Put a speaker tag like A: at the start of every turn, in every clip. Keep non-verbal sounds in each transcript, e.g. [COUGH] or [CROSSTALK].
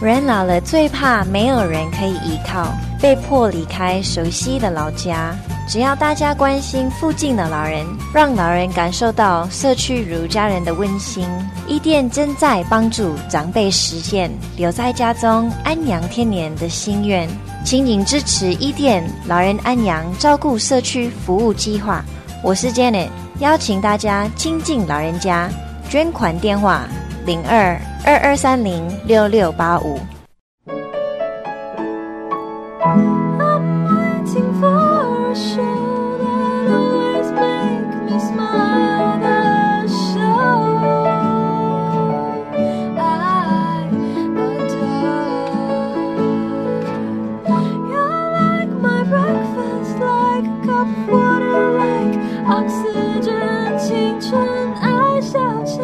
A: 人老了最怕没有人可以依靠，被迫离开熟悉的老家。只要大家关心附近的老人，让老人感受到社区如家人的温馨，伊甸正在帮助长辈实现留在家中安养天年的心愿。请您支持伊甸老人安养照顾社区服务计划。我是 Janet，邀请大家亲近老人家，捐款电话零二二二三零六六八五。
B: waiting for a show that always make me smile. The show I adore. You're like my breakfast, like a cup of water, like oxygen, 青春爱消遣。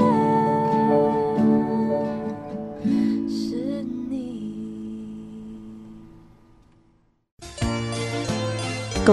B: 是你。
C: 各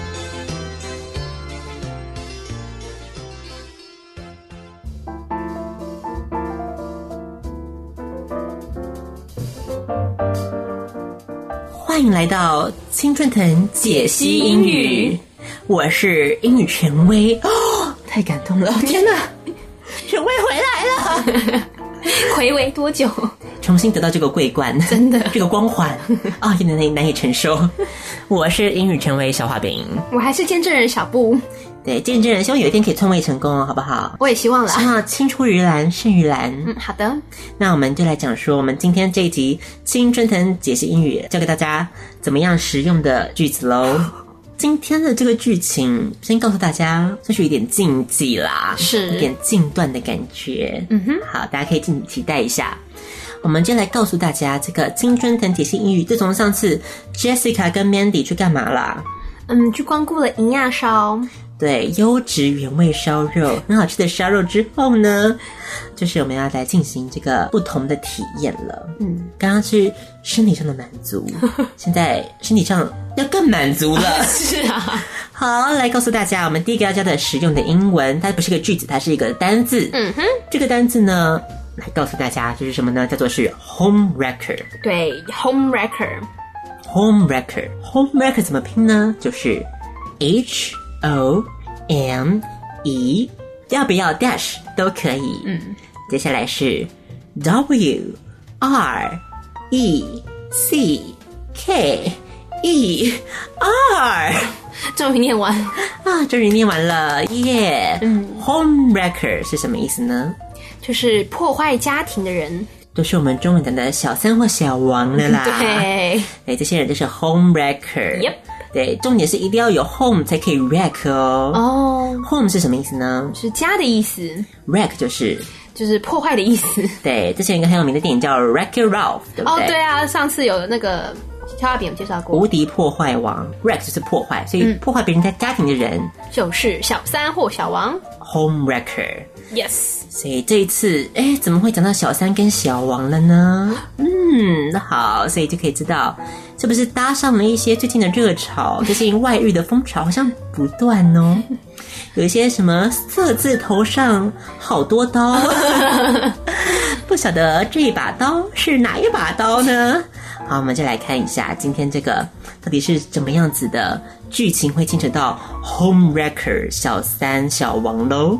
D: 欢迎来到青春藤解析英语，我是英语权威。 [GASPS] 哦，太感动了！天哪， [LAUGHS] 权威回来了，
E: [LAUGHS] 回违多久？
D: 重新得到这个桂冠，
E: 真的
D: 这个光环啊，有点难以难以承受。我是英语权威小画饼，
E: 我还是见证人小布，
D: 对，见证人，希望有一天可以篡位成功哦，好不好？
E: 我也希望啦。
D: 啊，青出于蓝胜于蓝。
E: 嗯，好的，
D: 那我们就来讲说，我们今天这一集《青春藤解析英语》教给大家怎么样实用的句子
E: [LAUGHS]
D: 喽。今天的这个剧情，先告诉大家，算是有点禁忌啦，
E: 是
D: 有点禁断的感觉。
E: 嗯哼，
D: 好，大家可以敬请期待一下。我们今天来告诉大家，这个《青春藤解析英语》自从上次 Jessica 跟 Mandy 去干嘛啦？
E: 嗯，去光顾了银亚烧，
D: 对，优质原味烧
E: [LAUGHS]
D: 肉，很好吃的烧肉之后呢，就是我们要来进行这个不同的体验了。
E: 嗯，
D: 刚刚是身体上的满
E: [LAUGHS]
D: 足，现在身体上要更满足了。
E: 是啊，
D: 好，来告诉大家，我们第一个要教的实用的英文，它不是一个句子，它是一个单字。
E: 嗯哼，
D: 这个单字呢，来告诉大家就是什么呢？叫做是 home wrecker。
E: 对，home wrecker，
D: home wrecker。home wrecker 怎么拼呢？就是 H O M E，要不要 dash 都可以。嗯，接下来是 W R E C K E R。
E: 终于念完，
D: 啊，终于念完了，耶、嗯，home wrecker 是什么意思呢？
E: 就是破坏家庭的人，
D: 就是我们中文讲的小三或小王了啦。
E: [LAUGHS] 对，
D: 对，这些人就是 home wrecker。
E: Yep
D: 对，重点是一定要有 home 才可以 wreck 哦。
E: 哦，
D: home 是什么意思呢
E: 是家的意思，
D: ？wreck 就是
E: 就是破坏的意思。
D: 对，之前有一个很有名的电影叫《Wreck It Ralph》，对不
E: 哦
D: 对？，
E: 对啊，上次有那个肖大饼有介绍过
D: 无，敌破坏王，wreck 就是破坏，所
E: 嗯
D: 以破坏别人家家庭的人、
E: 就是小三或小王
D: home wrecker。
E: ，yes，
D: 所以这一次，哎，怎么会讲到小三跟小王了呢？嗯，好，所以就可以知道，是不是搭上了一些最近的热潮，最近外遇的风潮好像不断哦。有一些什么色字头上好多刀，不晓得这一把刀是哪一把刀呢？好，我们就来看一下今天这个到底是怎么样子的剧情会牵扯到 home wrecker 小三小王喽。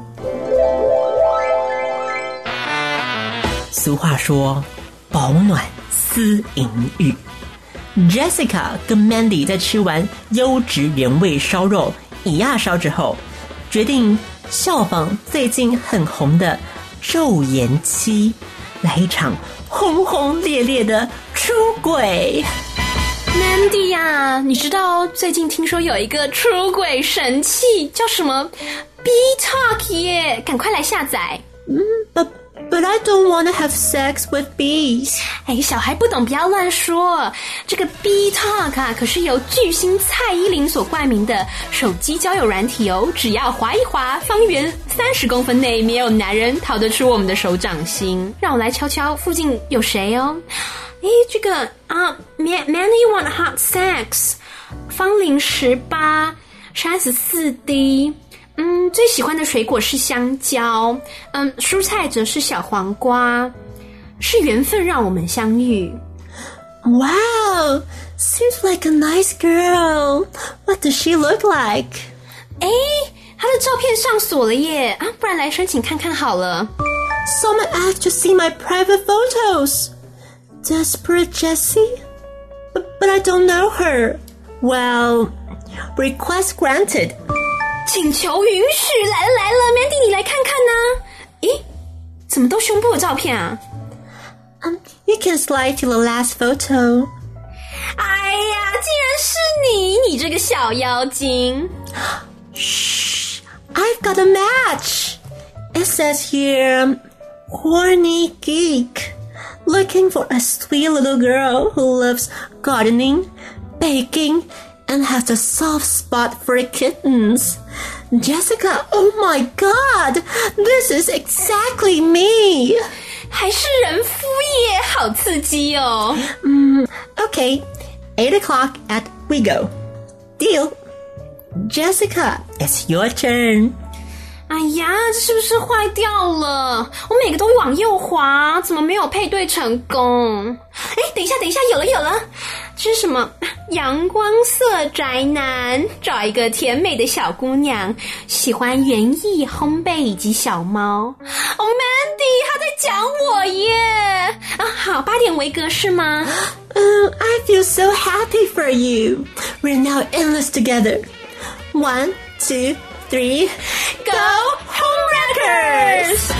D: 俗话说，保暖思淫欲。Jessica 跟 Mandy 在吃完优质原味烧肉以亚烧之后，决定效仿最近很红的《昼颜七》，来一场轰轰烈烈的出轨。
E: Mandy 呀、你知道最近听说有一个出轨神器叫什么 B Talk 耶？赶快来下载！
D: 不 But I don't want to have sex with bees.
E: 哎，小孩不懂，不要乱说。这个 B Talk 啊，可是由巨星蔡依林所冠名的手机交友软体哦。只要滑一滑，方圆三十公分内没有男人逃得出我们的手掌心。让我来敲敲附近有谁哦。哎，这个啊、m a n Many want hot sex，芳龄十八，三十四 D。嗯，最喜欢的水果是香蕉，嗯，蔬菜则是小黄瓜。是缘分让我们相遇。
D: Wow, seems like a nice girl. What does she look like?
E: 哎，他的照片上锁了耶啊，不然来申请看看好了。
D: Someone asked to see my private photos. Desperate Jessie? But, but I don't know her. Well, request granted.
E: 请求允许，来了来了，Mandy，你来看看呐、咦，怎么都胸部的照片啊？
D: Um, you can slide to the last photo.
E: 哎呀，竟然是你，你这个小妖精！
D: Shh, I've got a match. It says here, horny geek, looking for a sweet little girl who loves gardening, baking, and has a soft spot for kittens. Jessica, oh my god, this is exactly me.
E: 还是人夫耶，好刺激哦！
D: Okay, 8 o'clock at We Go. Deal. Jessica, it's your turn.
E: 哎呀，这是不是坏掉了？我每个都往右滑，怎么没有配对成功？哎，等一下，等一下，有了有了，这是什么？阳光色宅男找一个甜美的小姑娘，喜欢园艺、烘焙以及小猫。哦，Mandy，他在讲我耶！啊，好，八点维格是吗？
D: Oh, I feel so happy for you. We're now in this together. One, two, three.
E: Go
D: [LAUGHS]
E: Homewreckers！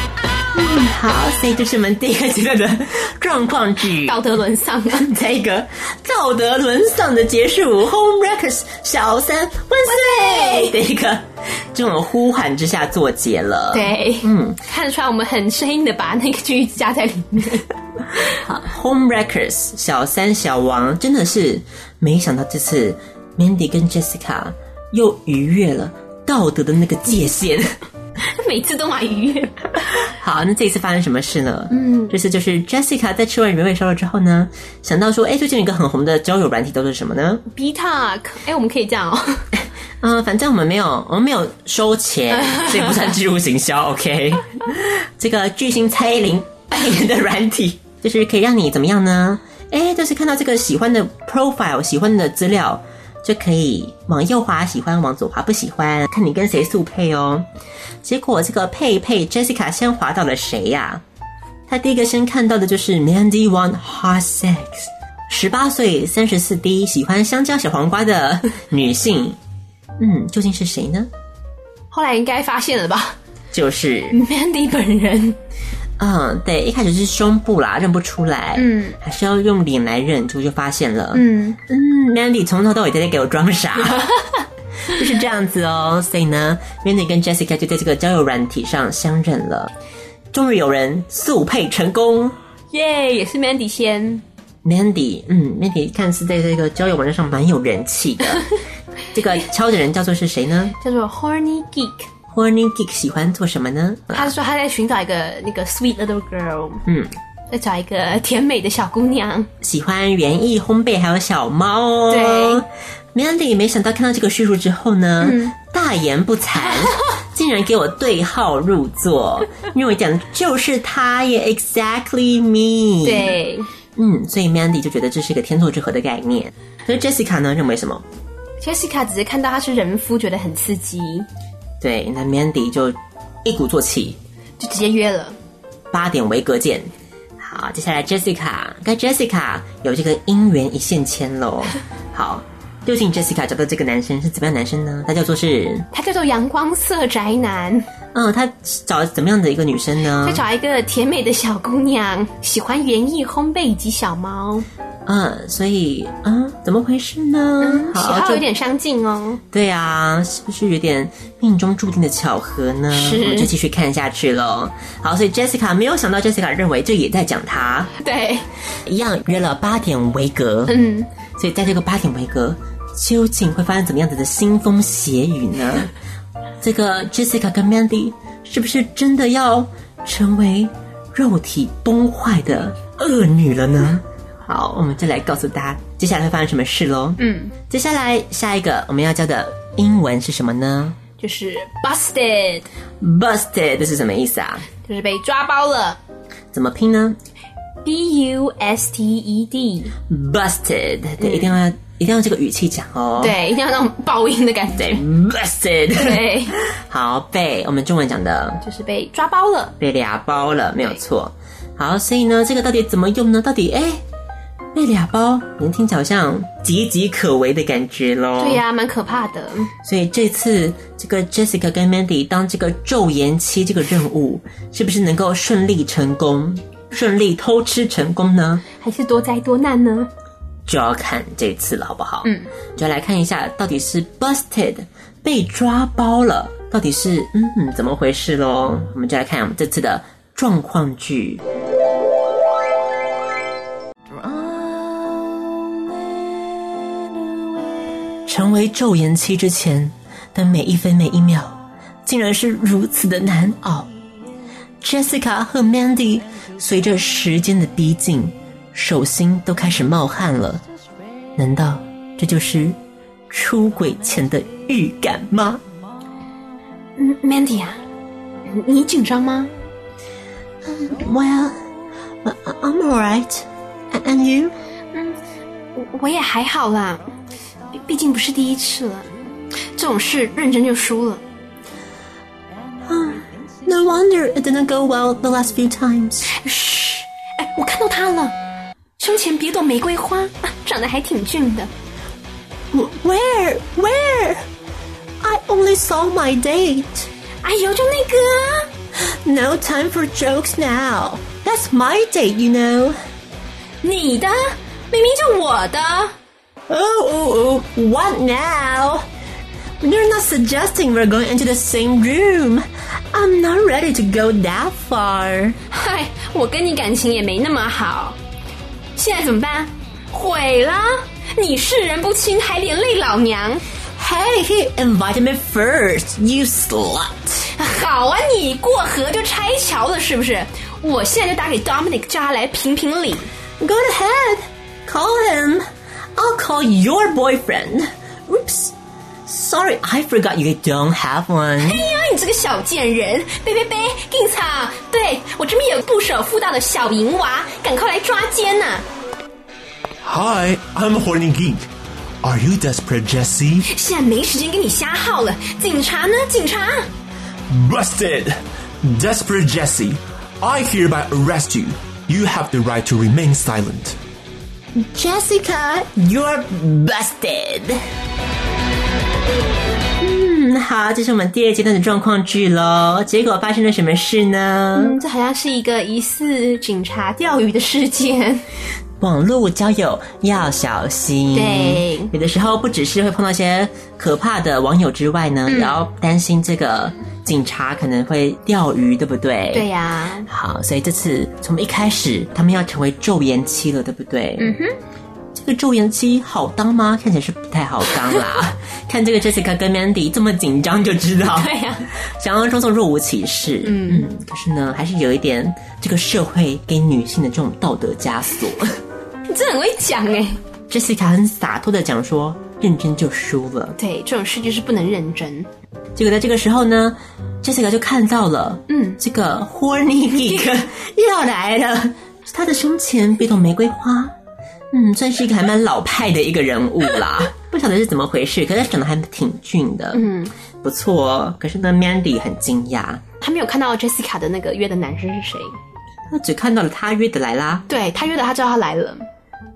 D: 好，所以这是我们第一个阶段的 [LAUGHS] 状况剧。
E: 道德啊沦丧。
D: 这个道德沦丧的结束，Home Wreckers 小三万岁的一个这种呼喊之下做结了。
E: 对，嗯，看得出来我们很生硬的把那个句子加在里面。 [LAUGHS]
D: ，Home Wreckers 小三小王真的是没想到这次 Mandy 跟 Jessica 又逾越了道德的那个界限。
E: 每次都买愉悦。
D: [LAUGHS] 好，那这一次发生什么事呢？嗯，这次就是 Jessica 在吃完原味烧肉之后呢，想到说，哎，最近有一个很红的交友软体都是什么呢？
E: B Talk，哎、我们可以这样哦。 [LAUGHS]
D: 嗯、反正我们没有，我们没有收钱，所以不算植入行销。OK，这个巨星蔡依林 [LAUGHS] 扮演的软体，就是可以让你怎么样呢？哎，就是看到这个喜欢的 profile，喜欢的资料，就可以往右滑喜欢，往左滑不喜欢，看你跟谁速配哦。结果这个佩佩 Jessica 先滑到了谁呀、她第一个先看到的就是 Mandy Want Hot Sex，十八岁，三十四 D，喜欢香蕉小黄瓜的女性。嗯，究竟是谁呢？
E: 后来应该发现了吧 [LAUGHS]
D: 就是，
E: ，Mandy 本人
D: 嗯，对，一开始是胸部啦，认不出来，嗯，还是要用脸来认，结果就发现了，嗯嗯，Mandy 从头到尾都在给我装 [LAUGHS] 傻，就是这样子哦。所以呢，Mandy 跟 Jessica 就在这个交友软体上相认了，终于有人速配成功。
E: 耶也是 Mandy 先。
D: Mandy，嗯，Mandy 看似在这个交友网站上蛮有人气 [LAUGHS] 的，这个敲的人叫做是谁呢
E: 叫做 Horny Geek，
D: ？Horny Geek 喜欢做什么呢？
E: 他说他在寻找一个那个 sweet little girl，
D: 嗯，
E: 在找一个甜美的小姑娘。
D: 喜欢园艺、烘焙，还有小猫哦。对，Mandy 没想到看到这个叙述之后呢，大言不惭，竟然给我对号入座，因为我讲的就是他耶，exactly me。，
E: 对，
D: 嗯，所以 Mandy 就觉得这是一个天作之合的概念。可是 Jessica 呢，认为什么？
E: Jessica 只是看到他是人夫，觉得很刺激，
D: 对，那 Mandy 就一鼓作气，
E: 就直接约了。
D: 八点维格见。好，接下来 Jessica 跟 Jessica 有这个姻缘一线
E: [LAUGHS]
D: 牵喽。好，究竟 Jessica 找到这个男生是怎么样的男生呢？他叫做是，
E: 他叫做阳光色宅男，
D: 嗯，他找怎么样的一个女生呢
E: 在？找一个甜美的小姑娘，喜欢园艺、烘焙以及小猫。
D: 嗯，所以嗯，怎么回事呢？
E: 嗯喜
D: 好，
E: 好
D: 就
E: 有点相近哦。
D: 对啊，是不是有点命中注定的巧合呢？
E: 是
D: 我们就继续看下去喽。好，所以 Jessica 没有想到，Jessica 认为这也在讲他
E: 对，
D: 一样约了八点维格，
E: 嗯，
D: 所以在这个八点维格究竟会发生怎么样子的腥风血雨呢？ [LAUGHS] 这个 Jessica 跟 Mandy 是不是真的要成为肉体崩坏的恶女了呢？好，我们就来告诉大家接下来会发生什么事喽。
E: 嗯，
D: 接下来下一个我们要教的英文是什么呢
E: 就是 busted，
D: ？Busted 这是什么意思啊？
E: 就是被抓包了。
D: 怎么拼呢
E: B U S T E D，
D: ？Busted，对，一定要一定要用这个语气讲哦。
E: 对，一定要那种爆音的感觉。
D: ，Busted，
E: 对，
D: 好被我们中文讲的
E: 就是被抓包了。
D: 被俩包了，没有错。好，所以呢，这个到底怎么用呢？到底哎，被俩包，你听起来好像岌岌可危的感觉喽。
E: 对、呀、蛮可怕的。
D: 所以这次这个 Jessica 跟 Mandy 当这个昼颜期这个任务，是不是能够顺利成功，顺利偷吃成功呢？
E: 还是多灾多难呢？
D: 就要看这次了，好不好？
E: 嗯，
D: 就来看一下到底是 busted 被抓包了，到底是嗯怎么回事喽？我们就来看我们这次的状况剧。成为昼颜期之前的每一分每一秒，竟然是如此的难熬。Jessica 和 Mandy 随着时间的逼近，手心都开始冒汗了。难道这就是出轨前的预感吗？
E: 嗯，Mandy 啊，你你紧张吗？
D: Well, I- I'm alright. And you?
E: 我我也还好啦，毕毕竟不是第一次了，这种事认真就输了。
D: No wonder it didn't go well the last few times.
E: 嘘，哎，我看到他了，胸前别朵玫瑰花，啊长得还挺俊的。
D: Where? Where? I only saw my date.
E: 哎呦，就那个啊，
D: No time for jokes now. That's my date, you know.
E: 你的明明就我的，
D: Oh, oh, oh, what now? You're not suggesting we're going into the same room. I'm not ready to go that far.
E: 嗨，我跟你感情也没那么好，现在怎么办？毁啦！你视人不清，还连累老娘。
D: Hey, he invited me first, you slut.
E: 好啊，你过河就拆桥了是不是？我现在就打给 Dominic，叫他来评评理。
D: Go ahead, call him. I'll call your boyfriend. Oops. Sorry, I forgot you don't have one.
E: 哎呀，你这个小贱人！贝贝贝，警察，对我这边有不守妇道的小淫娃，赶快来抓奸呐、
F: Hi, I'm a horny geek. Are you desperate, Jesse?
E: 现在没时间跟你瞎耗了。警察呢？警察，
F: Busted! Desperate Jesse, I hereby arrest you. You have the right to remain silent.
D: Jessica, you're busted. 嗯，好，这是我们第二阶段的状况剧喽。结果发生了什么事呢？
E: 嗯，这好像是一个疑似警察钓鱼的事件。
D: 网络交友要小心。
E: 对
D: 有的时候不只是会碰到一些可怕的网友之外
E: 嗯
D: 呢，也要担心这个警察可能会钓鱼，对不对？
E: 对、呀、
D: 好，所以这次从一开始，他们要成为昼颜期了，对不对？嗯哼。这个昼颜期好当吗？看起来是不太好
E: [LAUGHS]
D: 当啦。看这个 Jessica 跟 Mandy 这么紧张就知道。
E: 对呀、
D: 想要装作若无其事，嗯可是呢，还是有一点这个社会给女性的这种道德枷锁。
E: 你真的很会讲哎、
D: Jessica 很洒脱的讲说，认真就输了。
E: 对，这种事就是不能认真。
D: 结果在这个时候呢，Jessica 就看到了，
E: 嗯
D: 这个 horny geek 要来了，他的胸前别朵玫瑰花，嗯，算是一个还蛮老派的一个人物啦。不晓得是怎么回事，可是他长得还挺俊的，嗯，不错哦。可是呢，Mandy 很惊讶，
E: 他没有看到 Jessica 的那个约的男生是谁，
D: 他只看到了他约的来啦
E: 对他约的，他知道他来了。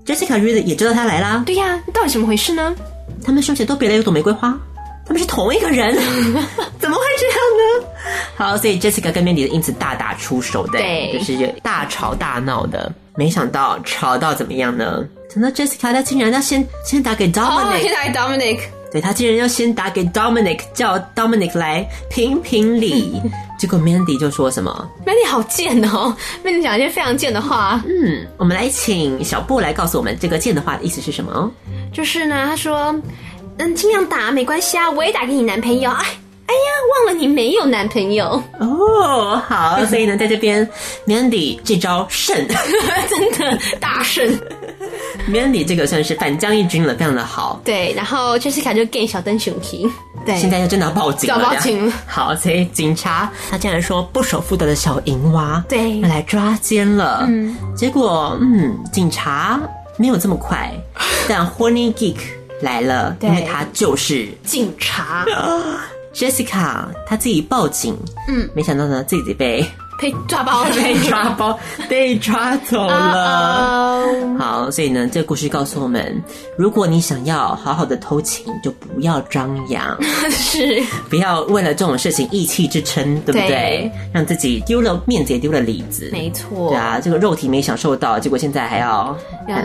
D: ，Jessica 约的也知道他来啦，
E: 对呀、到底怎么回事呢？
D: 他们胸前都别了一朵玫瑰花，他们是同一个人，
E: [LAUGHS]
D: 怎么会这样呢？好，所以 Jessica 跟 Mandy 的因此大打出手的，
E: 对
D: 就是大吵大闹的。没想到吵到怎么样呢？想到 Jessica 她竟然要先先打给
E: 哦，
D: Dominic，、
E: 现在 Dominic，
D: 对他竟然要先打给 Dominic，叫 Dominic 来评评
E: [LAUGHS]
D: 理。结果 Mandy 就说什么？
E: Mandy 好贱哦，Mandy [LAUGHS] 讲一些非常贱的话，
D: 嗯，我们来请小布来告诉我们这个贱的话的意思是什么哦。
E: 就是呢，他说，嗯，尽量打没关系啊，我也打给你男朋友。哎，哎呀，忘了你没有男朋友， [LAUGHS]
D: 哦，好，所以呢，在这边 Mandy 这招胜
E: 真的大胜。
D: ，Mandy 这个算是反将一军了，非常的好。
E: 对，然后 Jessica 就 gay 小灯熊 k 对，
D: 现在就真的要报警了，
E: 要报警了
D: 好，所以警察他竟然说不守妇道的小淫娃，
E: 对
D: 要来抓奸了。嗯，结果嗯，警察没有这
E: [LAUGHS]
D: 么快，但 Horny Geek 来了，因为他就是
E: 警 [LAUGHS] 察
D: Jessica，他自己报警，嗯，没想到呢自己被 [LAUGHS]
E: 被抓包 [LAUGHS] 了，
D: 被抓包被抓走
E: 啊
D: 了。
E: 哦，
D: 好，所以呢，这个故事告诉我们，如果你想要好好的偷情，就不要张扬。
E: [LAUGHS] 是
D: 不要为了这种事情意气之争，对不对？
E: 对
D: 让自己丢了面子也丢了里子。
E: 没错
D: 对，啊，这个肉体没享受到，结果现在还要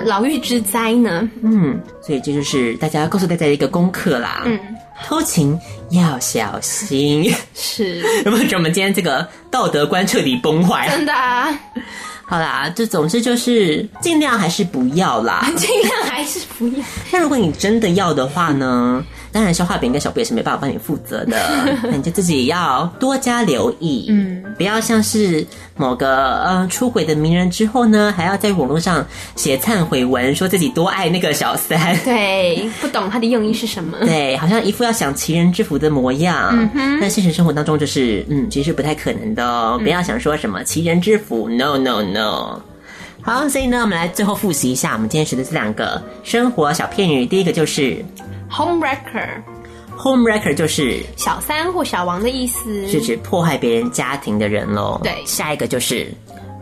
E: 牢狱之灾呢，
D: 嗯，所以这就是大家告诉大家的一个功课啦。嗯，偷情要小心。 [LAUGHS]
E: 是
D: 有没有觉得我们今天这个道德观彻底崩坏？
E: 真的啊，
D: 好啦，这总之就是尽量还是不要啦。
E: [LAUGHS] 尽量还是不要。
D: 那如果你真的要的话呢？当然，消化饼跟小布也是没办法帮你负责的，那你就自己要多加留意，嗯，不要像是某个呃出轨的名人之后呢，还要在网络上写忏悔文，说自己多爱那个小三，
E: 对，不懂他的用意是什么。
D: 对，好像一副要想其人之福的模样，但现实生活当中就是，嗯，其实是不太可能的哦。不要想说什么其人之福，no no no。好，所以呢，我们来最后复习一下我们今天学的这两个生活小片语。第一个就是
E: Homewrecker，
D: homewrecker，就是
E: 小三或小王的意思。
D: 是指破坏别人家庭的人喽。
E: 对
D: 下一个就是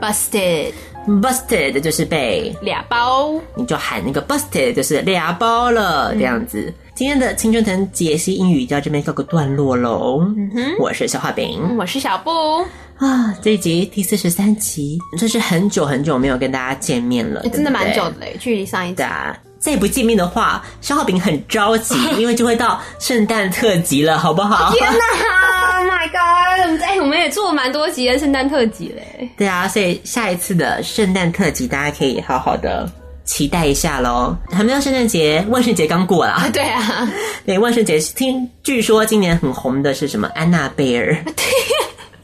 E: Busted，
D: busted，就是被
E: 俩包。
D: 你就喊那个 busted，就是俩包了这样子。
E: 嗯
D: 今天的青春藤解析英语就到这边告个段落喽。嗯哼，我是小画饼。
E: 我是小布，
D: 啊，这一集第四十三集，这是很久很久没有跟大家见面了，
E: 哎真的蛮久
D: 的。
E: 的嘞，距离上一集
D: 对。啊，再不见面的话，肖浩饼很
E: [LAUGHS]
D: 着急，因为就会到圣诞特辑了，好不好？
E: 天哪！Oh my god！我们哎，我们也做了蛮多集的圣诞特辑嘞。
D: 对啊，所以下一次的圣诞特辑，大家可以好好的期待一下喽。还没到圣诞节，万圣节刚过啦。 [LAUGHS]
E: 对 [LAUGHS] 啊，
D: 对，万圣节听据说今年很红的是什么？安娜贝尔，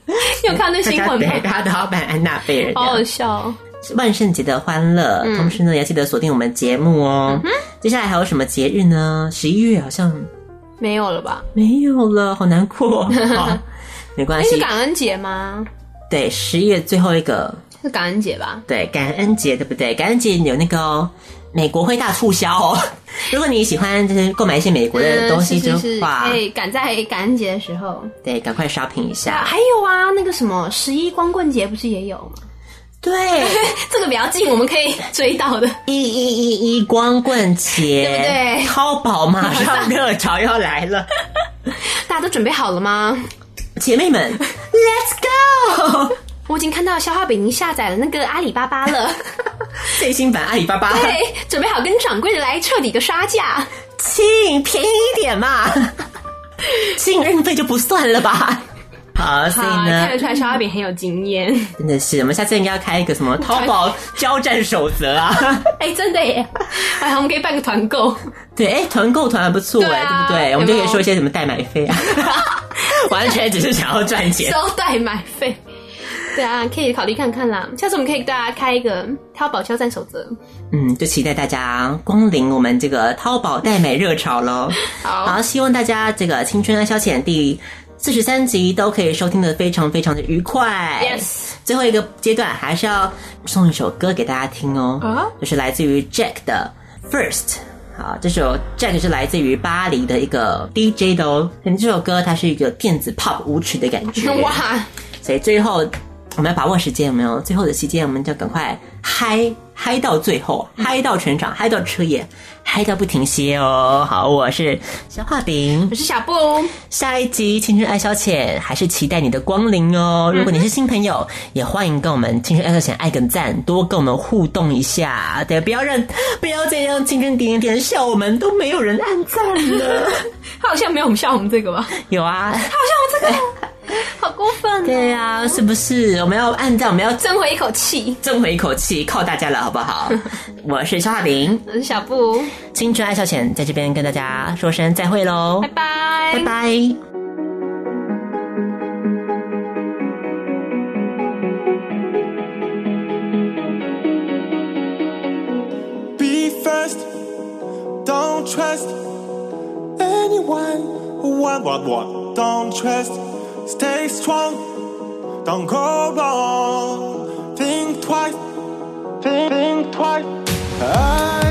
E: 你有看那
D: 大
E: 新
D: 家
E: 闻
D: 啊 [LAUGHS] 对
E: 吗？
D: 大家
E: [LAUGHS]
D: 都要扮安娜贝尔这样，
E: 好好笑哦。
D: 万圣节的欢乐，同时呢，也要记得锁定我们节目哦。接下来还有什么节日呢？十一月好像
E: 没有了吧？
D: 没有了，好难 [LAUGHS] 过。好，没关
E: 哎，是
D: 系，
E: 感恩节吗？
D: 对，十一月最后一个，
E: 是感恩节吧？
D: 对，感恩节，对不对？感恩节有那个哦、美国会大促销哦。 [LAUGHS] 如果你喜欢就是购买一些美国的
E: 嗯，
D: 东西
E: 是
D: 的
E: 是是，哎
D: 话，
E: 可以赶在感恩节的时候。
D: 对，赶快 shopping 一
E: 啊，
D: 下。
E: 还有啊，那个什么十一光棍节不是也有吗？
D: 对，
E: [LAUGHS] 这个比较近，我们可以追到的。
D: 一一一一光棍
E: [LAUGHS]
D: 节，
E: 对不 [LAUGHS] 对
D: 淘宝马上热潮要来了。 [LAUGHS]
E: 大家都准备好了吗？
D: 姐妹们，Let's go！ [LAUGHS]
E: 我已经看到消化饼已经下载了那个阿里巴巴 [LAUGHS] 了，
D: 最新版阿里巴巴，
E: 对，准备好跟掌柜的来彻底个杀价。
D: 亲，便宜一点嘛， [LAUGHS] 亲运费就不算了吧。好，所
E: 好，
D: 以呢
E: 啊看得，出来消化饼很有经验。
D: 真的是，我们下次应该要开一个什么淘宝交战守则啊？
E: [LAUGHS] 哎，真的耶！ [LAUGHS] 哎，我们可以办个团
D: [LAUGHS]
E: 购，
D: 对，哎，团购团还不错
E: 对
D: 哎，
E: 啊
D: 对不对？
E: 有
D: 我
E: 没有
D: 们就可以说一些什么代买费啊， [LAUGHS] 完全只是想要赚钱。
E: 收代买费。对啊，可以考虑看看啦。下次我们可以给大家开一个淘宝交战守则。
D: 嗯，就期待大家光临我们这个淘宝代买热潮喽。
E: 好
D: 希望大家这个《青春爱啊消遣》第四十三集都可以收听的非常非常的愉快。
E: Yes
D: 最后一个阶段还是要送一首歌给大家听哦，
E: 啊
D: 就是来自于 Jack 的《First》。好，这首 Jack 是来自于巴黎的一个 DJ 的哦。嗯，这首歌它是一个电子 pop 舞曲的感觉。
E: [LAUGHS] 哇，
D: 所以最后我们要把握时间，有没有？最后的时间我们就赶快嗨嗨到最后，嗨到全场，嗨到彻夜，嗨到不停歇哦。好，我是小画饼
E: 我，是小布，哦
D: 下一集《青春爱消遣》还是期待你的光临哦。如果你是新朋友，也欢迎跟我们《青春爱消遣》爱个赞，多跟我们互动一下。对，不要让 [LAUGHS] 不要再让青春点点点笑我们，都没有人按赞了。
E: 他 [LAUGHS] 好像没有笑我们这个吧？
D: 有啊，
E: 他好像我这个，好过分、哦！
D: 对啊，是不是？我们要按赞，我们要
E: 争回一口气，
D: 争回一口气，靠大家了，好不好？我是肖亚玲，
E: 我是嗯小布，
D: 青春爱消遣在这边跟大家说声再会喽
E: 拜，拜，
D: 拜拜。
G: Be first, don't trust anyone. What, what, what? Don't trust. Stay strong, don't go wrong. Think twice, think, think twice. Ah. Oh,